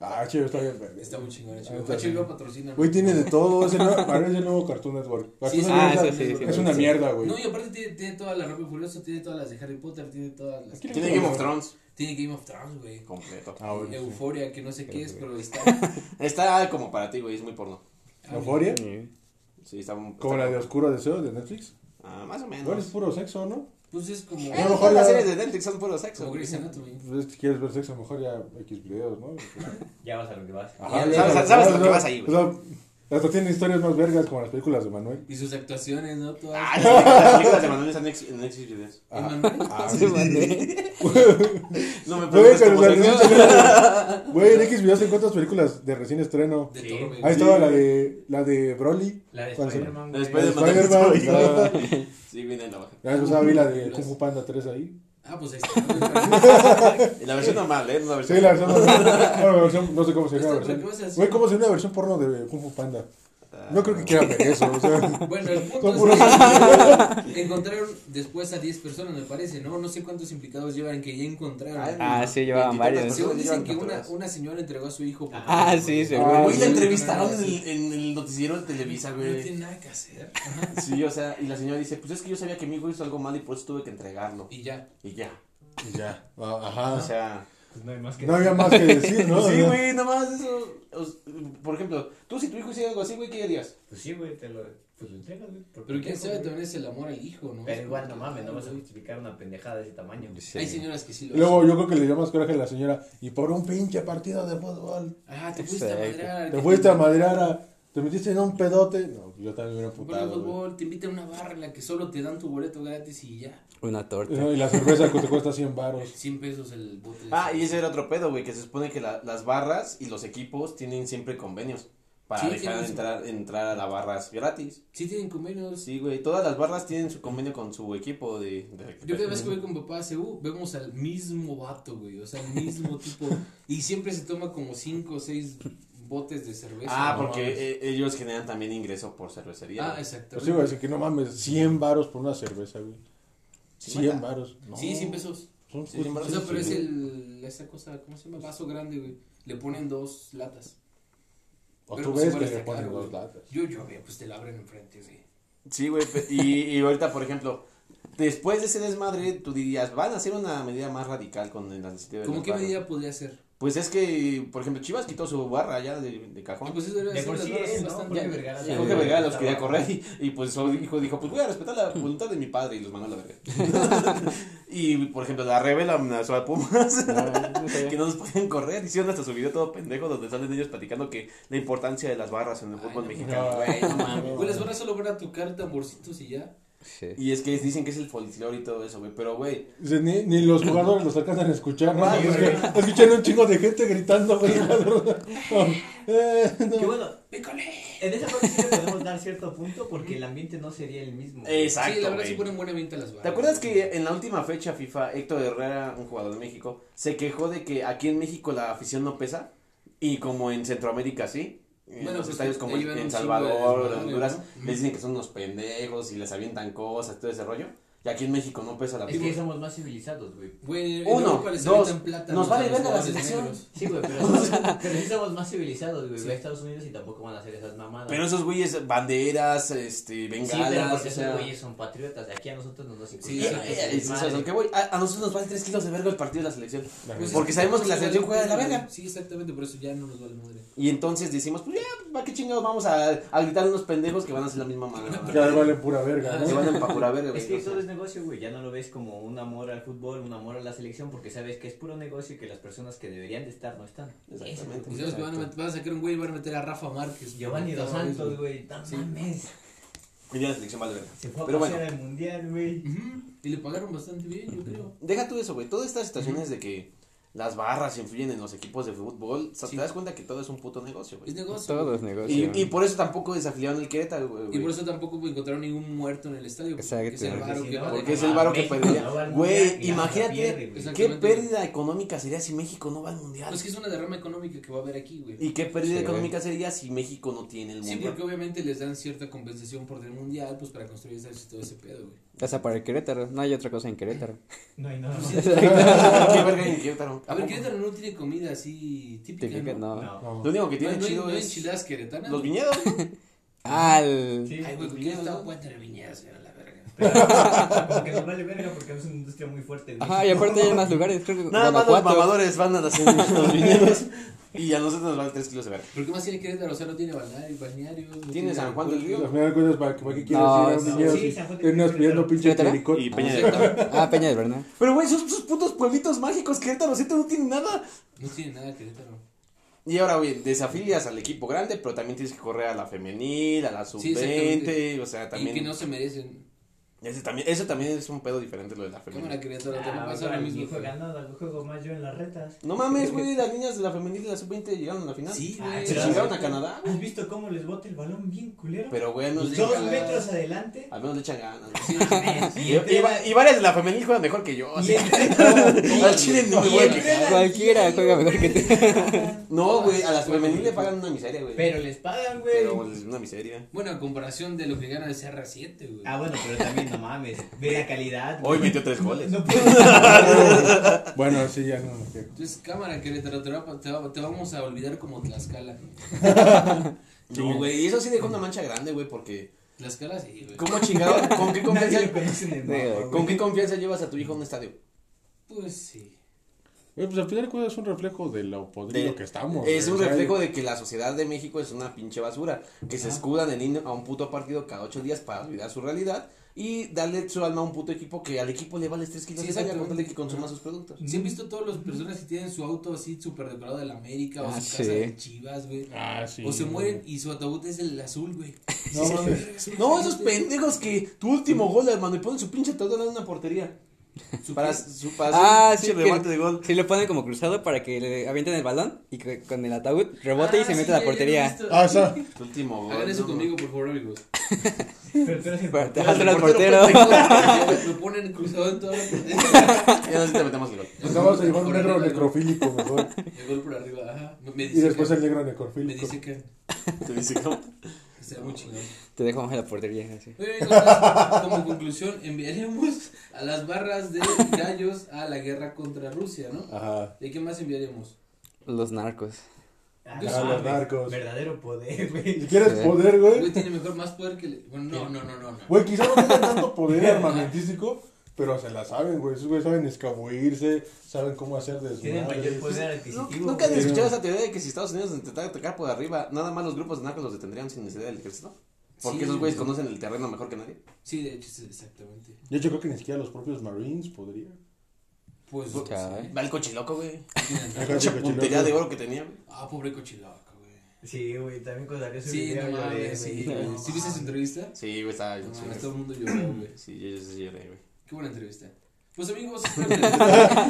[SPEAKER 4] Ah, chido, está bien, güey.
[SPEAKER 2] Está muy chingón.
[SPEAKER 4] Ah,
[SPEAKER 2] HBO,
[SPEAKER 4] está bien.
[SPEAKER 2] HBO patrocina.
[SPEAKER 4] Güey, tiene de todo. Es el nuevo, para mí es el nuevo Cartoon Network. Cartoon
[SPEAKER 2] Sí, sí,
[SPEAKER 4] Network
[SPEAKER 1] ah,
[SPEAKER 4] es,
[SPEAKER 1] eso sí, sí,
[SPEAKER 4] es
[SPEAKER 1] sí,
[SPEAKER 4] una
[SPEAKER 1] sí.
[SPEAKER 4] mierda, güey.
[SPEAKER 2] No, y aparte tiene, tiene toda la ropa furiosa, tiene todas las de Harry Potter, tiene todas las...
[SPEAKER 4] Aquí-
[SPEAKER 5] Tiene Game of Thrones.
[SPEAKER 2] Tiene Game of Thrones, güey.
[SPEAKER 5] Completo.
[SPEAKER 4] Ah, bueno, sí.
[SPEAKER 2] Euforia, que no sé qué es, pero está...
[SPEAKER 5] Está como para ti, güey, es muy porno.
[SPEAKER 4] ¿Euforia?
[SPEAKER 5] Sí, está un-
[SPEAKER 4] Como
[SPEAKER 5] está-
[SPEAKER 4] la de Oscuro Deseo de Netflix.
[SPEAKER 5] Ah, más o menos.
[SPEAKER 4] Bueno, es puro sexo, ¿no?
[SPEAKER 2] Pues es como...
[SPEAKER 4] Eh,
[SPEAKER 5] Todas las series de Netflix son puro sexo.
[SPEAKER 2] Como Grey's Anatomy.
[SPEAKER 4] Pues, si quieres ver sexo, mejor ya X videos, ¿no?
[SPEAKER 3] Ya vas a lo que vas.
[SPEAKER 2] Ya,
[SPEAKER 4] ya,
[SPEAKER 2] sabes-
[SPEAKER 4] ya,
[SPEAKER 5] sabes
[SPEAKER 4] ya,
[SPEAKER 5] lo que
[SPEAKER 4] ya,
[SPEAKER 5] vas ahí, güey.
[SPEAKER 4] o sea, hasta tiene historias más vergas como las películas de Manuel.
[SPEAKER 2] Y sus actuaciones, ¿no? Todas...
[SPEAKER 5] Ah, las películas de Manuel están en X- en Netflix videos.
[SPEAKER 2] Emanuel.
[SPEAKER 4] Ah,
[SPEAKER 1] Sí, madre.
[SPEAKER 5] No me
[SPEAKER 4] Güey,
[SPEAKER 2] pues,
[SPEAKER 5] preguntes
[SPEAKER 4] pero
[SPEAKER 5] cómo
[SPEAKER 4] las
[SPEAKER 5] se
[SPEAKER 4] de- güey, en X videos encuentras películas de recién estreno.
[SPEAKER 2] De
[SPEAKER 3] Sí.
[SPEAKER 2] todo, güey.
[SPEAKER 4] Ahí estaba la de la de Broly.
[SPEAKER 3] La de
[SPEAKER 4] ¿Cuál será?
[SPEAKER 3] Spider-Man,
[SPEAKER 5] La
[SPEAKER 3] güey.
[SPEAKER 5] de
[SPEAKER 4] La de
[SPEAKER 5] Spider-Man.
[SPEAKER 4] Spider-Man. la-
[SPEAKER 5] Sí, viene en la baja.
[SPEAKER 4] La vez pasada vi la de Kung Fu Panda 3 ahí.
[SPEAKER 2] Ah, pues ahí está.
[SPEAKER 5] Y la versión normal, ¿eh? No la versión.
[SPEAKER 4] Sí, la versión. bueno, la versión- no sé cómo sería la
[SPEAKER 2] Está
[SPEAKER 4] versión.
[SPEAKER 2] precoz así.
[SPEAKER 4] Güey, ¿cómo sería una versión porno de Kung Fu Panda?
[SPEAKER 5] Ah,
[SPEAKER 4] No creo que quieran ver eso, o sea.
[SPEAKER 2] Bueno, el punto
[SPEAKER 4] Son
[SPEAKER 2] es
[SPEAKER 4] puros-
[SPEAKER 2] que encontraron después a 10 personas, me parece, ¿no? No sé cuántos implicados llevan que ya encontraron.
[SPEAKER 5] Ay,
[SPEAKER 1] Ah, sí, llevaban
[SPEAKER 5] veintitantas
[SPEAKER 1] varios.
[SPEAKER 2] Según
[SPEAKER 5] personas
[SPEAKER 2] dicen
[SPEAKER 5] llevan
[SPEAKER 2] que una,
[SPEAKER 5] capturadas.
[SPEAKER 2] una señora entregó a su hijo. porque-
[SPEAKER 1] Ah, sí, seguro.
[SPEAKER 4] Ah,
[SPEAKER 5] Güey, la
[SPEAKER 4] sí.
[SPEAKER 5] entrevistaron en el, en el noticiero de Televisa,
[SPEAKER 2] No
[SPEAKER 5] güey.
[SPEAKER 2] tiene nada que hacer.
[SPEAKER 5] Sí, o sea, y la señora dice, pues es que yo sabía que mi hijo hizo algo mal y por eso tuve que entregarlo.
[SPEAKER 2] Y ya.
[SPEAKER 5] Y ya.
[SPEAKER 4] Ya.
[SPEAKER 5] O
[SPEAKER 4] Ah, Ajá.
[SPEAKER 5] sea...
[SPEAKER 3] Pues no hay más que
[SPEAKER 4] No había más que decir, ¿no?
[SPEAKER 5] sí,
[SPEAKER 4] O sea,
[SPEAKER 5] güey, nada más eso. os- por ejemplo, tú si tu hijo hiciera algo así, güey, ¿qué harías?
[SPEAKER 3] Pues sí, güey, te lo, pues lo entregas, güey. por
[SPEAKER 2] Pero quién
[SPEAKER 3] pendejo,
[SPEAKER 2] sabe,
[SPEAKER 3] güey.
[SPEAKER 2] también es el amor al hijo, ¿no?
[SPEAKER 3] Pero igual, no mames, no vas a justificar una pendejada de ese tamaño.
[SPEAKER 2] Hay señoras que sí lo
[SPEAKER 4] Luego
[SPEAKER 2] hacen.
[SPEAKER 4] yo creo que le dio más coraje a la señora. Y por un pinche partido de fútbol.
[SPEAKER 2] Ah, te fuiste a
[SPEAKER 1] Exacto.
[SPEAKER 2] madrear.
[SPEAKER 4] Te fuiste a madrear a. Te ¿Te metiste en un pedote? No, yo también hubiera
[SPEAKER 2] Por el
[SPEAKER 4] putado. güey.
[SPEAKER 2] fútbol te invitan a una barra en la que solo te dan tu boleto gratis y ya.
[SPEAKER 1] Una torta.
[SPEAKER 4] No, y la cerveza que te cuesta 100 baros.
[SPEAKER 2] 100 pesos el bote. de
[SPEAKER 5] Ah,
[SPEAKER 2] cerveza.
[SPEAKER 5] y ese era otro pedo, güey, que se supone que la- las barras y los equipos tienen siempre convenios para
[SPEAKER 2] Sí,
[SPEAKER 5] dejar
[SPEAKER 2] tienen
[SPEAKER 5] de
[SPEAKER 2] su-
[SPEAKER 5] entrar, entrar a las barras gratis.
[SPEAKER 2] Sí tienen convenios.
[SPEAKER 5] Sí, güey, todas las barras tienen su convenio con su equipo de... de-
[SPEAKER 2] Yo cada vez que voy con papá a CU, vemos al mismo vato, güey. O sea, el mismo tipo. Y siempre se toma como 5 o 6 botes de cerveza.
[SPEAKER 5] Ah,
[SPEAKER 2] No
[SPEAKER 5] porque
[SPEAKER 2] mames.
[SPEAKER 5] eh, Pues ellos generan también ingreso por cervecería.
[SPEAKER 2] Ah,
[SPEAKER 5] güey.
[SPEAKER 4] Pero
[SPEAKER 2] exactamente.
[SPEAKER 4] sí, güey, así que no mames, 100 baros por una cerveza, güey. 100
[SPEAKER 5] ¿Cincuenta?
[SPEAKER 4] baros. No,
[SPEAKER 2] Sí, 100 pesos.
[SPEAKER 4] Son
[SPEAKER 5] Sí, 100
[SPEAKER 2] O
[SPEAKER 5] baros.
[SPEAKER 2] sea, pero es
[SPEAKER 4] sí.
[SPEAKER 2] el, esa cosa, ¿cómo se llama? Vaso grande, güey. Le ponen dos latas.
[SPEAKER 4] O
[SPEAKER 2] pero
[SPEAKER 4] tú
[SPEAKER 2] pues
[SPEAKER 4] ves
[SPEAKER 2] igual
[SPEAKER 4] que le
[SPEAKER 2] está
[SPEAKER 4] ponen
[SPEAKER 2] caro,
[SPEAKER 4] dos
[SPEAKER 2] güey.
[SPEAKER 4] latas.
[SPEAKER 2] Yo, yo, güey, pues te la abren enfrente, güey.
[SPEAKER 5] Sí, güey, pe- y, y ahorita, por ejemplo, después de ese desmadre, tú dirías, van a hacer una medida más radical con el asistente de
[SPEAKER 2] ¿Cómo
[SPEAKER 5] las
[SPEAKER 2] qué
[SPEAKER 5] barras.
[SPEAKER 2] medida podría ser?
[SPEAKER 5] Pues es que, por ejemplo, Chivas quitó su barra ya de, de
[SPEAKER 2] Ah,
[SPEAKER 5] cajón.
[SPEAKER 2] Pues eso debe
[SPEAKER 3] De
[SPEAKER 2] ser
[SPEAKER 3] por
[SPEAKER 2] las
[SPEAKER 3] sí
[SPEAKER 2] barras
[SPEAKER 3] es, ¿no?
[SPEAKER 2] bastante-
[SPEAKER 3] Jorge Vergara.
[SPEAKER 5] Sí,
[SPEAKER 3] también
[SPEAKER 5] Jorge Vergara los
[SPEAKER 3] estaba-
[SPEAKER 5] quería correr y, y, pues su hijo dijo, pues voy a respetar la voluntad de mi padre y los mandó a la verga. y por ejemplo, la Rebel amenazó a Pumas
[SPEAKER 1] Ah, no sabía.
[SPEAKER 5] que no nos pueden correr. Hicieron hasta su video todo pendejo donde salen ellos platicando que la importancia de las barras en el
[SPEAKER 2] Ay,
[SPEAKER 5] fútbol
[SPEAKER 2] no,
[SPEAKER 5] mexicano.
[SPEAKER 4] no.
[SPEAKER 5] güey, no mames.
[SPEAKER 2] Güey, las barras solo van a tocar tamborcitos y ya.
[SPEAKER 1] Sí.
[SPEAKER 5] Y es que dicen que es el folclore y todo eso, güey. Pero, güey,
[SPEAKER 4] Dice, Ni, ni los jugadores los alcanzan a escuchar, ¿no?
[SPEAKER 3] Ah,
[SPEAKER 4] Es
[SPEAKER 3] güey.
[SPEAKER 4] que escuchan un chingo de gente gritando, güey. No, eh, no.
[SPEAKER 3] Que bueno,
[SPEAKER 2] ¡Pícale!
[SPEAKER 3] en esa parte sí le podemos dar cierto punto porque el ambiente no sería el mismo.
[SPEAKER 5] Exacto,
[SPEAKER 2] sí, la verdad
[SPEAKER 5] güey.
[SPEAKER 2] sí ponen buena venta las barras.
[SPEAKER 5] ¿Te acuerdas que en la última fecha FIFA, Héctor Herrera, un jugador de México, se quejó de que aquí en México la afición no pesa? Y como en Centroamérica sí. En
[SPEAKER 2] Bueno,
[SPEAKER 5] los
[SPEAKER 2] pues,
[SPEAKER 5] estadios como
[SPEAKER 2] ahí
[SPEAKER 5] en
[SPEAKER 2] van
[SPEAKER 5] en
[SPEAKER 2] un
[SPEAKER 5] Salvador,
[SPEAKER 2] chingo de
[SPEAKER 5] en Honduras,
[SPEAKER 2] desmadre, ¿no?
[SPEAKER 5] les dicen que son unos pendejos y les avientan cosas, todo ese rollo. Y aquí en México no pesa la
[SPEAKER 3] Es que
[SPEAKER 5] afición.
[SPEAKER 3] somos más civilizados, güey.
[SPEAKER 2] Güey, en
[SPEAKER 5] Uno,
[SPEAKER 2] Europa les
[SPEAKER 5] dos,
[SPEAKER 2] avientan plata
[SPEAKER 5] nos
[SPEAKER 2] a
[SPEAKER 5] vale
[SPEAKER 2] los
[SPEAKER 5] verga la
[SPEAKER 2] jugadores
[SPEAKER 5] selección.
[SPEAKER 2] negros.
[SPEAKER 3] Sí, güey, pero, pero sí somos más civilizados, güey.
[SPEAKER 2] Sí.
[SPEAKER 3] Ve a Estados Unidos y tampoco van a hacer esas mamadas.
[SPEAKER 5] Pero esos güeyes, banderas, este,
[SPEAKER 3] sí, pero
[SPEAKER 5] bengalas,
[SPEAKER 3] porque
[SPEAKER 5] o
[SPEAKER 3] esos
[SPEAKER 5] sea,
[SPEAKER 3] güeyes son patriotas. de Aquí a nosotros no nos
[SPEAKER 5] y-
[SPEAKER 2] Sí,
[SPEAKER 3] inculcan
[SPEAKER 5] eh,
[SPEAKER 2] exacto,
[SPEAKER 3] ese
[SPEAKER 5] eh, es- es- es-
[SPEAKER 3] desmadre.
[SPEAKER 5] lo que voy. A, a nosotros nos vale tres kilos de verga el partido de la selección.
[SPEAKER 2] Pues
[SPEAKER 5] Porque
[SPEAKER 2] es
[SPEAKER 5] sabemos que la
[SPEAKER 2] tampoco
[SPEAKER 5] selección
[SPEAKER 2] les
[SPEAKER 5] juega de la
[SPEAKER 2] vale
[SPEAKER 5] verga.
[SPEAKER 2] Sí, exactamente, por eso ya no nos vale madre.
[SPEAKER 5] Y entonces decimos, pues ya, ¿para qué chingados vamos a, a gritar a unos pendejos que van a hacer la misma mamada?
[SPEAKER 4] Que ahora valen pura verga,
[SPEAKER 5] Se
[SPEAKER 4] ¿no?
[SPEAKER 5] van a empapurar verga, güey.
[SPEAKER 3] Es que
[SPEAKER 5] no sé.
[SPEAKER 3] todo es negocio, güey. Ya no lo ves como un amor al fútbol, un amor a la selección, porque sabes que es puro negocio y que las personas que deberían de estar no están.
[SPEAKER 5] Exactamente.
[SPEAKER 2] Y sabes que van a, met- van a sacar un güey y van a meter a Rafa Márquez.
[SPEAKER 3] Giovanni Dos
[SPEAKER 2] Puta madre,
[SPEAKER 3] Santos, güey. No
[SPEAKER 2] Sí.
[SPEAKER 3] mames.
[SPEAKER 5] Y ya la selección vale verga.
[SPEAKER 3] Se fue a
[SPEAKER 5] Pero
[SPEAKER 3] pasear
[SPEAKER 5] bueno.
[SPEAKER 3] al mundial, güey.
[SPEAKER 2] Ujú, Y le pagaron bastante bien, yo creo.
[SPEAKER 5] Deja tú eso, güey. Todas estas situaciones de que las barras influyen en los equipos de fútbol, o sea,
[SPEAKER 2] Sí.
[SPEAKER 5] te das cuenta que todo es un puto negocio,
[SPEAKER 2] Es
[SPEAKER 5] güey.
[SPEAKER 2] negocio.
[SPEAKER 1] Todos los
[SPEAKER 5] Y,
[SPEAKER 1] negocios.
[SPEAKER 5] y por eso tampoco desafiliaron el Querétaro, güey.
[SPEAKER 2] Y por eso tampoco encontraron ningún muerto en el estadio. porque
[SPEAKER 1] Exacto.
[SPEAKER 2] Es el varo
[SPEAKER 3] si
[SPEAKER 2] que
[SPEAKER 3] no,
[SPEAKER 2] va a
[SPEAKER 5] Porque es
[SPEAKER 2] dejar.
[SPEAKER 5] el varo que
[SPEAKER 3] México
[SPEAKER 5] perdía.
[SPEAKER 3] no va al
[SPEAKER 5] Güey,
[SPEAKER 3] mundial y la otra
[SPEAKER 5] imagínate.
[SPEAKER 3] pierde, güey.
[SPEAKER 2] Exacto.
[SPEAKER 5] ¿Qué
[SPEAKER 2] Exactamente.
[SPEAKER 5] pérdida económica sería si México no va al mundial?
[SPEAKER 2] Pues que es una derrama económica que va a haber aquí, güey.
[SPEAKER 5] ¿Y qué pérdida
[SPEAKER 1] Sí.
[SPEAKER 5] económica sería si México no tiene el
[SPEAKER 2] Sí,
[SPEAKER 5] mundial?
[SPEAKER 2] porque obviamente les dan cierta compensación por el mundial, pues para construir esa- todo ese pedo, güey.
[SPEAKER 1] Hasta para el Querétaro. No hay otra cosa en Querétaro.
[SPEAKER 3] No hay nada más.
[SPEAKER 5] ¿Qué verga en Querétaro? ¿A
[SPEAKER 2] A ver,
[SPEAKER 5] poco?
[SPEAKER 2] Querétaro no tiene comida así típica,
[SPEAKER 1] Típica,
[SPEAKER 2] ¿no?
[SPEAKER 1] no.
[SPEAKER 3] No.
[SPEAKER 5] Lo único que
[SPEAKER 2] No,
[SPEAKER 5] tiene
[SPEAKER 2] no hay-
[SPEAKER 5] chido
[SPEAKER 2] no hay
[SPEAKER 5] es
[SPEAKER 2] enchiladas queretanas.
[SPEAKER 5] los viñedos.
[SPEAKER 1] Al.
[SPEAKER 3] Sí,
[SPEAKER 2] Ay, güey,
[SPEAKER 5] Los
[SPEAKER 2] ¿por qué
[SPEAKER 5] viñedos,
[SPEAKER 2] está
[SPEAKER 5] ¿no?
[SPEAKER 2] Pueden tener viñedas, era la verga?
[SPEAKER 3] Como que nos vale verga porque es una industria muy fuerte. güey.
[SPEAKER 1] Ajá, y aparte hay más lugares. Creo que
[SPEAKER 5] Nada más los
[SPEAKER 1] Guanajuato.
[SPEAKER 5] mamadores van a hacer los viñedos. Y a nosotros nos van 3 kilos de verga.
[SPEAKER 2] ¿Por qué más tiene Querétaro? O sea, no tiene balneario, balnearios. no
[SPEAKER 5] Tiene San Juan del
[SPEAKER 4] Al
[SPEAKER 5] Río.
[SPEAKER 4] final de cuentas, ¿para qué- para qué quieres
[SPEAKER 1] No,
[SPEAKER 4] ir a un
[SPEAKER 1] sí,
[SPEAKER 4] viñedo
[SPEAKER 3] sí,
[SPEAKER 4] si
[SPEAKER 3] San Juan de
[SPEAKER 4] terminas
[SPEAKER 3] Querétaro.
[SPEAKER 4] pidiendo pinche
[SPEAKER 1] ¿Querétaro?
[SPEAKER 4] clericot?
[SPEAKER 5] Y
[SPEAKER 1] Peña
[SPEAKER 5] Peña
[SPEAKER 1] de
[SPEAKER 5] de
[SPEAKER 1] Ah, Peña del Bernal.
[SPEAKER 5] Pero, güey, esos, esos putos pueblitos mágicos, Querétaro Centro no tiene nada.
[SPEAKER 2] No tiene nada Querétaro.
[SPEAKER 5] Y ahora, güey, desafilias al equipo grande, pero también tienes que correr a la femenil, a la
[SPEAKER 2] Sí,
[SPEAKER 5] sub-20,
[SPEAKER 2] exactamente.
[SPEAKER 5] o sea,
[SPEAKER 2] Y que
[SPEAKER 5] también,
[SPEAKER 2] no se merecen.
[SPEAKER 5] ese también... Eso también es un pedo diferente lo de la
[SPEAKER 2] Cámara
[SPEAKER 5] femenil.
[SPEAKER 2] Querétaro, te va a
[SPEAKER 3] Ah,
[SPEAKER 2] pasar lo
[SPEAKER 3] güey, ni
[SPEAKER 2] mismo.
[SPEAKER 3] juega nada, güey, juego más yo en las retas.
[SPEAKER 5] No mames, güey, las niñas de la femenil y la sub-20 llegaron a la final.
[SPEAKER 2] Sí,
[SPEAKER 3] Ah,
[SPEAKER 2] güey.
[SPEAKER 5] Se
[SPEAKER 3] pero-
[SPEAKER 5] chingaron a Canadá.
[SPEAKER 3] ¿Has visto cómo les bota el balón bien culero?
[SPEAKER 5] Pero, güey, al menos le
[SPEAKER 2] Pues Yo-
[SPEAKER 5] echan
[SPEAKER 3] Dos
[SPEAKER 5] ganas.
[SPEAKER 3] metros adelante.
[SPEAKER 5] Al menos le echan ganas.
[SPEAKER 2] Sí,
[SPEAKER 5] Y, y va- y varias de la femenil juegan mejor que yo. así. Al chile no me
[SPEAKER 3] Y
[SPEAKER 5] voy a
[SPEAKER 3] el-
[SPEAKER 5] quejar.
[SPEAKER 1] Cualquiera juega mejor que tú.
[SPEAKER 5] No, güey, a las femeniles le pagan una miseria, güey.
[SPEAKER 3] Pero les pagan, güey.
[SPEAKER 5] Pero es una miseria.
[SPEAKER 2] Bueno, a comparación de lo que gana el CR7, güey.
[SPEAKER 3] Ah, bueno, pero también no mames. Ve la calidad.
[SPEAKER 5] Hoy
[SPEAKER 3] güey.
[SPEAKER 5] metió tres goles.
[SPEAKER 3] No puedo.
[SPEAKER 4] Bueno, sí, ya no. ya.
[SPEAKER 2] Entonces, cámara Querétaro, te, va pa- te va- te vamos a olvidar como Tlaxcala.
[SPEAKER 5] No, güey, y eso sí dejó una mancha grande, güey, porque
[SPEAKER 2] Tlaxcala sí, güey.
[SPEAKER 5] ¿cómo chingado? ¿Con
[SPEAKER 3] Nadie
[SPEAKER 5] qué confianza,
[SPEAKER 3] lo conoce en el
[SPEAKER 1] Sí,
[SPEAKER 3] mapa,
[SPEAKER 1] güey.
[SPEAKER 3] güey.
[SPEAKER 5] ¿con qué confianza llevas a tu hijo a un estadio?
[SPEAKER 2] Pues sí.
[SPEAKER 4] Güey, pues al final de cuentas es un reflejo de lo podrido
[SPEAKER 5] de-
[SPEAKER 4] que estamos.
[SPEAKER 5] Es
[SPEAKER 4] güey,
[SPEAKER 5] un
[SPEAKER 4] o sea,
[SPEAKER 5] reflejo de que la sociedad de México es una pinche basura, que se escudan en ir a un puto partido cada ocho días para olvidar su realidad y darle su alma a un puto equipo que al equipo le vale tres kilos
[SPEAKER 2] Sí,
[SPEAKER 5] de sal,
[SPEAKER 2] exactamente.
[SPEAKER 5] con tal de que consuma sus productos.
[SPEAKER 2] ¿Sí han visto todas las personas que tienen su auto así súper decorado de la América o
[SPEAKER 1] Ah,
[SPEAKER 2] su casa
[SPEAKER 1] sí.
[SPEAKER 2] de chivas, güey?
[SPEAKER 4] Ah, sí.
[SPEAKER 2] O se mueren y su ataúd es el azul, güey.
[SPEAKER 4] No, mames.
[SPEAKER 5] No, esos pendejos que tu último gol, hermano, y ponen su pinche todo en una portería.
[SPEAKER 2] Su
[SPEAKER 5] Para,
[SPEAKER 2] pie-
[SPEAKER 5] su, para
[SPEAKER 1] Ah,
[SPEAKER 5] hacer
[SPEAKER 1] sí,
[SPEAKER 5] un pinche
[SPEAKER 1] que-
[SPEAKER 5] remate de gol.
[SPEAKER 1] Sí, lo ponen como cruzado para que le avienten el balón y que con el ataúd rebote
[SPEAKER 2] Ah,
[SPEAKER 1] y se
[SPEAKER 2] sí,
[SPEAKER 1] mete
[SPEAKER 2] ya,
[SPEAKER 1] a la
[SPEAKER 2] ya lo he
[SPEAKER 1] portería.
[SPEAKER 2] visto.
[SPEAKER 4] Ah, o sea,
[SPEAKER 5] Tu último gol.
[SPEAKER 2] Hagan eso
[SPEAKER 5] no,
[SPEAKER 2] conmigo, por favor, amigos.
[SPEAKER 3] Pero tú eres el
[SPEAKER 1] Pero te
[SPEAKER 5] Pero
[SPEAKER 1] vas
[SPEAKER 5] el
[SPEAKER 1] al
[SPEAKER 5] portero,
[SPEAKER 1] portero.
[SPEAKER 2] Lo ponen cruzado en toda la portería.
[SPEAKER 5] mames. Ya no sé si te metemos el gol.
[SPEAKER 4] estamos en un negro necrofílico mejor.
[SPEAKER 2] El gol por arriba, ajá. Me- Me
[SPEAKER 4] Y después
[SPEAKER 2] que-
[SPEAKER 4] el negro
[SPEAKER 2] Me
[SPEAKER 4] necrofílico.
[SPEAKER 2] dice que
[SPEAKER 5] Te dice, ¿cómo?
[SPEAKER 2] será muy chingón.
[SPEAKER 1] Te dejo más en la portería. Así.
[SPEAKER 2] Muy bien, entonces, como conclusión, enviaremos a las barras de gallos a la guerra contra Rusia, ¿no?
[SPEAKER 4] Ajá.
[SPEAKER 2] ¿De qué más enviaremos?
[SPEAKER 1] Los narcos.
[SPEAKER 3] Ah,
[SPEAKER 2] Yo
[SPEAKER 3] no
[SPEAKER 2] soy
[SPEAKER 3] mames,
[SPEAKER 4] los narcos.
[SPEAKER 3] Verdadero poder,
[SPEAKER 4] Si
[SPEAKER 3] güey.
[SPEAKER 4] quieres
[SPEAKER 1] Sí.
[SPEAKER 4] poder,
[SPEAKER 2] Güey
[SPEAKER 4] güey.
[SPEAKER 2] tiene mejor más poder que... le- Bueno, no, no, no, no. no.
[SPEAKER 4] Güey, quizá no tengan tanto poder armamentístico, pero se la saben, güey. Esos güeyes saben escabuirse, saben cómo hacer
[SPEAKER 3] Tienen mayor
[SPEAKER 4] desmadres.
[SPEAKER 3] poder
[SPEAKER 5] Nu-
[SPEAKER 3] adquisitivo.
[SPEAKER 5] ¿Nunca han
[SPEAKER 3] güey.
[SPEAKER 5] escuchado esa teoría de que si Estados Unidos intentara atacar por arriba, nada más los grupos de narcos los detendrían sin necesidad del ejército? Porque
[SPEAKER 2] Sí.
[SPEAKER 5] esos güeyes conocen el terreno mejor que nadie.
[SPEAKER 2] Sí, de hecho, sí, exactamente.
[SPEAKER 4] De hecho, creo que ni siquiera los propios Marines podrían.
[SPEAKER 2] Pues...
[SPEAKER 1] Ok.
[SPEAKER 2] sí.
[SPEAKER 5] Va el cochiloco, güey.
[SPEAKER 4] Acá
[SPEAKER 5] Pinche
[SPEAKER 4] chico,
[SPEAKER 5] puntería
[SPEAKER 4] chiloco.
[SPEAKER 5] de oro que tenía, güey.
[SPEAKER 2] Ah, pobre cochiloco, güey.
[SPEAKER 3] Sí, güey, también cuando salió su
[SPEAKER 2] Sí,
[SPEAKER 3] video
[SPEAKER 2] no
[SPEAKER 3] lloré,
[SPEAKER 2] mames, sí.
[SPEAKER 3] güey. "Ah,
[SPEAKER 2] güey. ¿Sí viste esa entrevista?
[SPEAKER 5] Sí, güey, estaba
[SPEAKER 2] No
[SPEAKER 5] bien.
[SPEAKER 2] mames, todo el mundo lloró, güey.
[SPEAKER 5] Sí, yo, yo sí lloré, güey.
[SPEAKER 2] Qué buena entrevista. Pues amigos, espero que les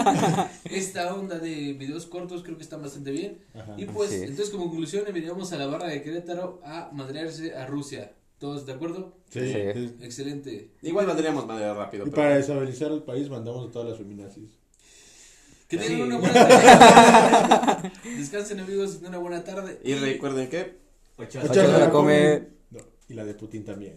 [SPEAKER 2] guste esta onda de videos cortos creo que están bastante bien.
[SPEAKER 4] Ajá.
[SPEAKER 2] Y pues,
[SPEAKER 1] Así es.
[SPEAKER 2] entonces como conclusión, enviamos a la barra de Querétaro a madrearse a Rusia. ¿Todos de acuerdo?
[SPEAKER 4] Sí,
[SPEAKER 1] Sí.
[SPEAKER 4] sí.
[SPEAKER 2] Excelente.
[SPEAKER 5] Igual vendríamos madera rápido.
[SPEAKER 4] Y
[SPEAKER 5] pero-
[SPEAKER 4] para desestabilizar al país mandamos a todas las feminazis.
[SPEAKER 2] Que tengan
[SPEAKER 5] Sí.
[SPEAKER 2] una buena tarde. Descansen amigos, una buena tarde.
[SPEAKER 5] Y recuerden que
[SPEAKER 3] Ochoa.
[SPEAKER 1] Ochoa se la come.
[SPEAKER 4] No, y la de Putin también.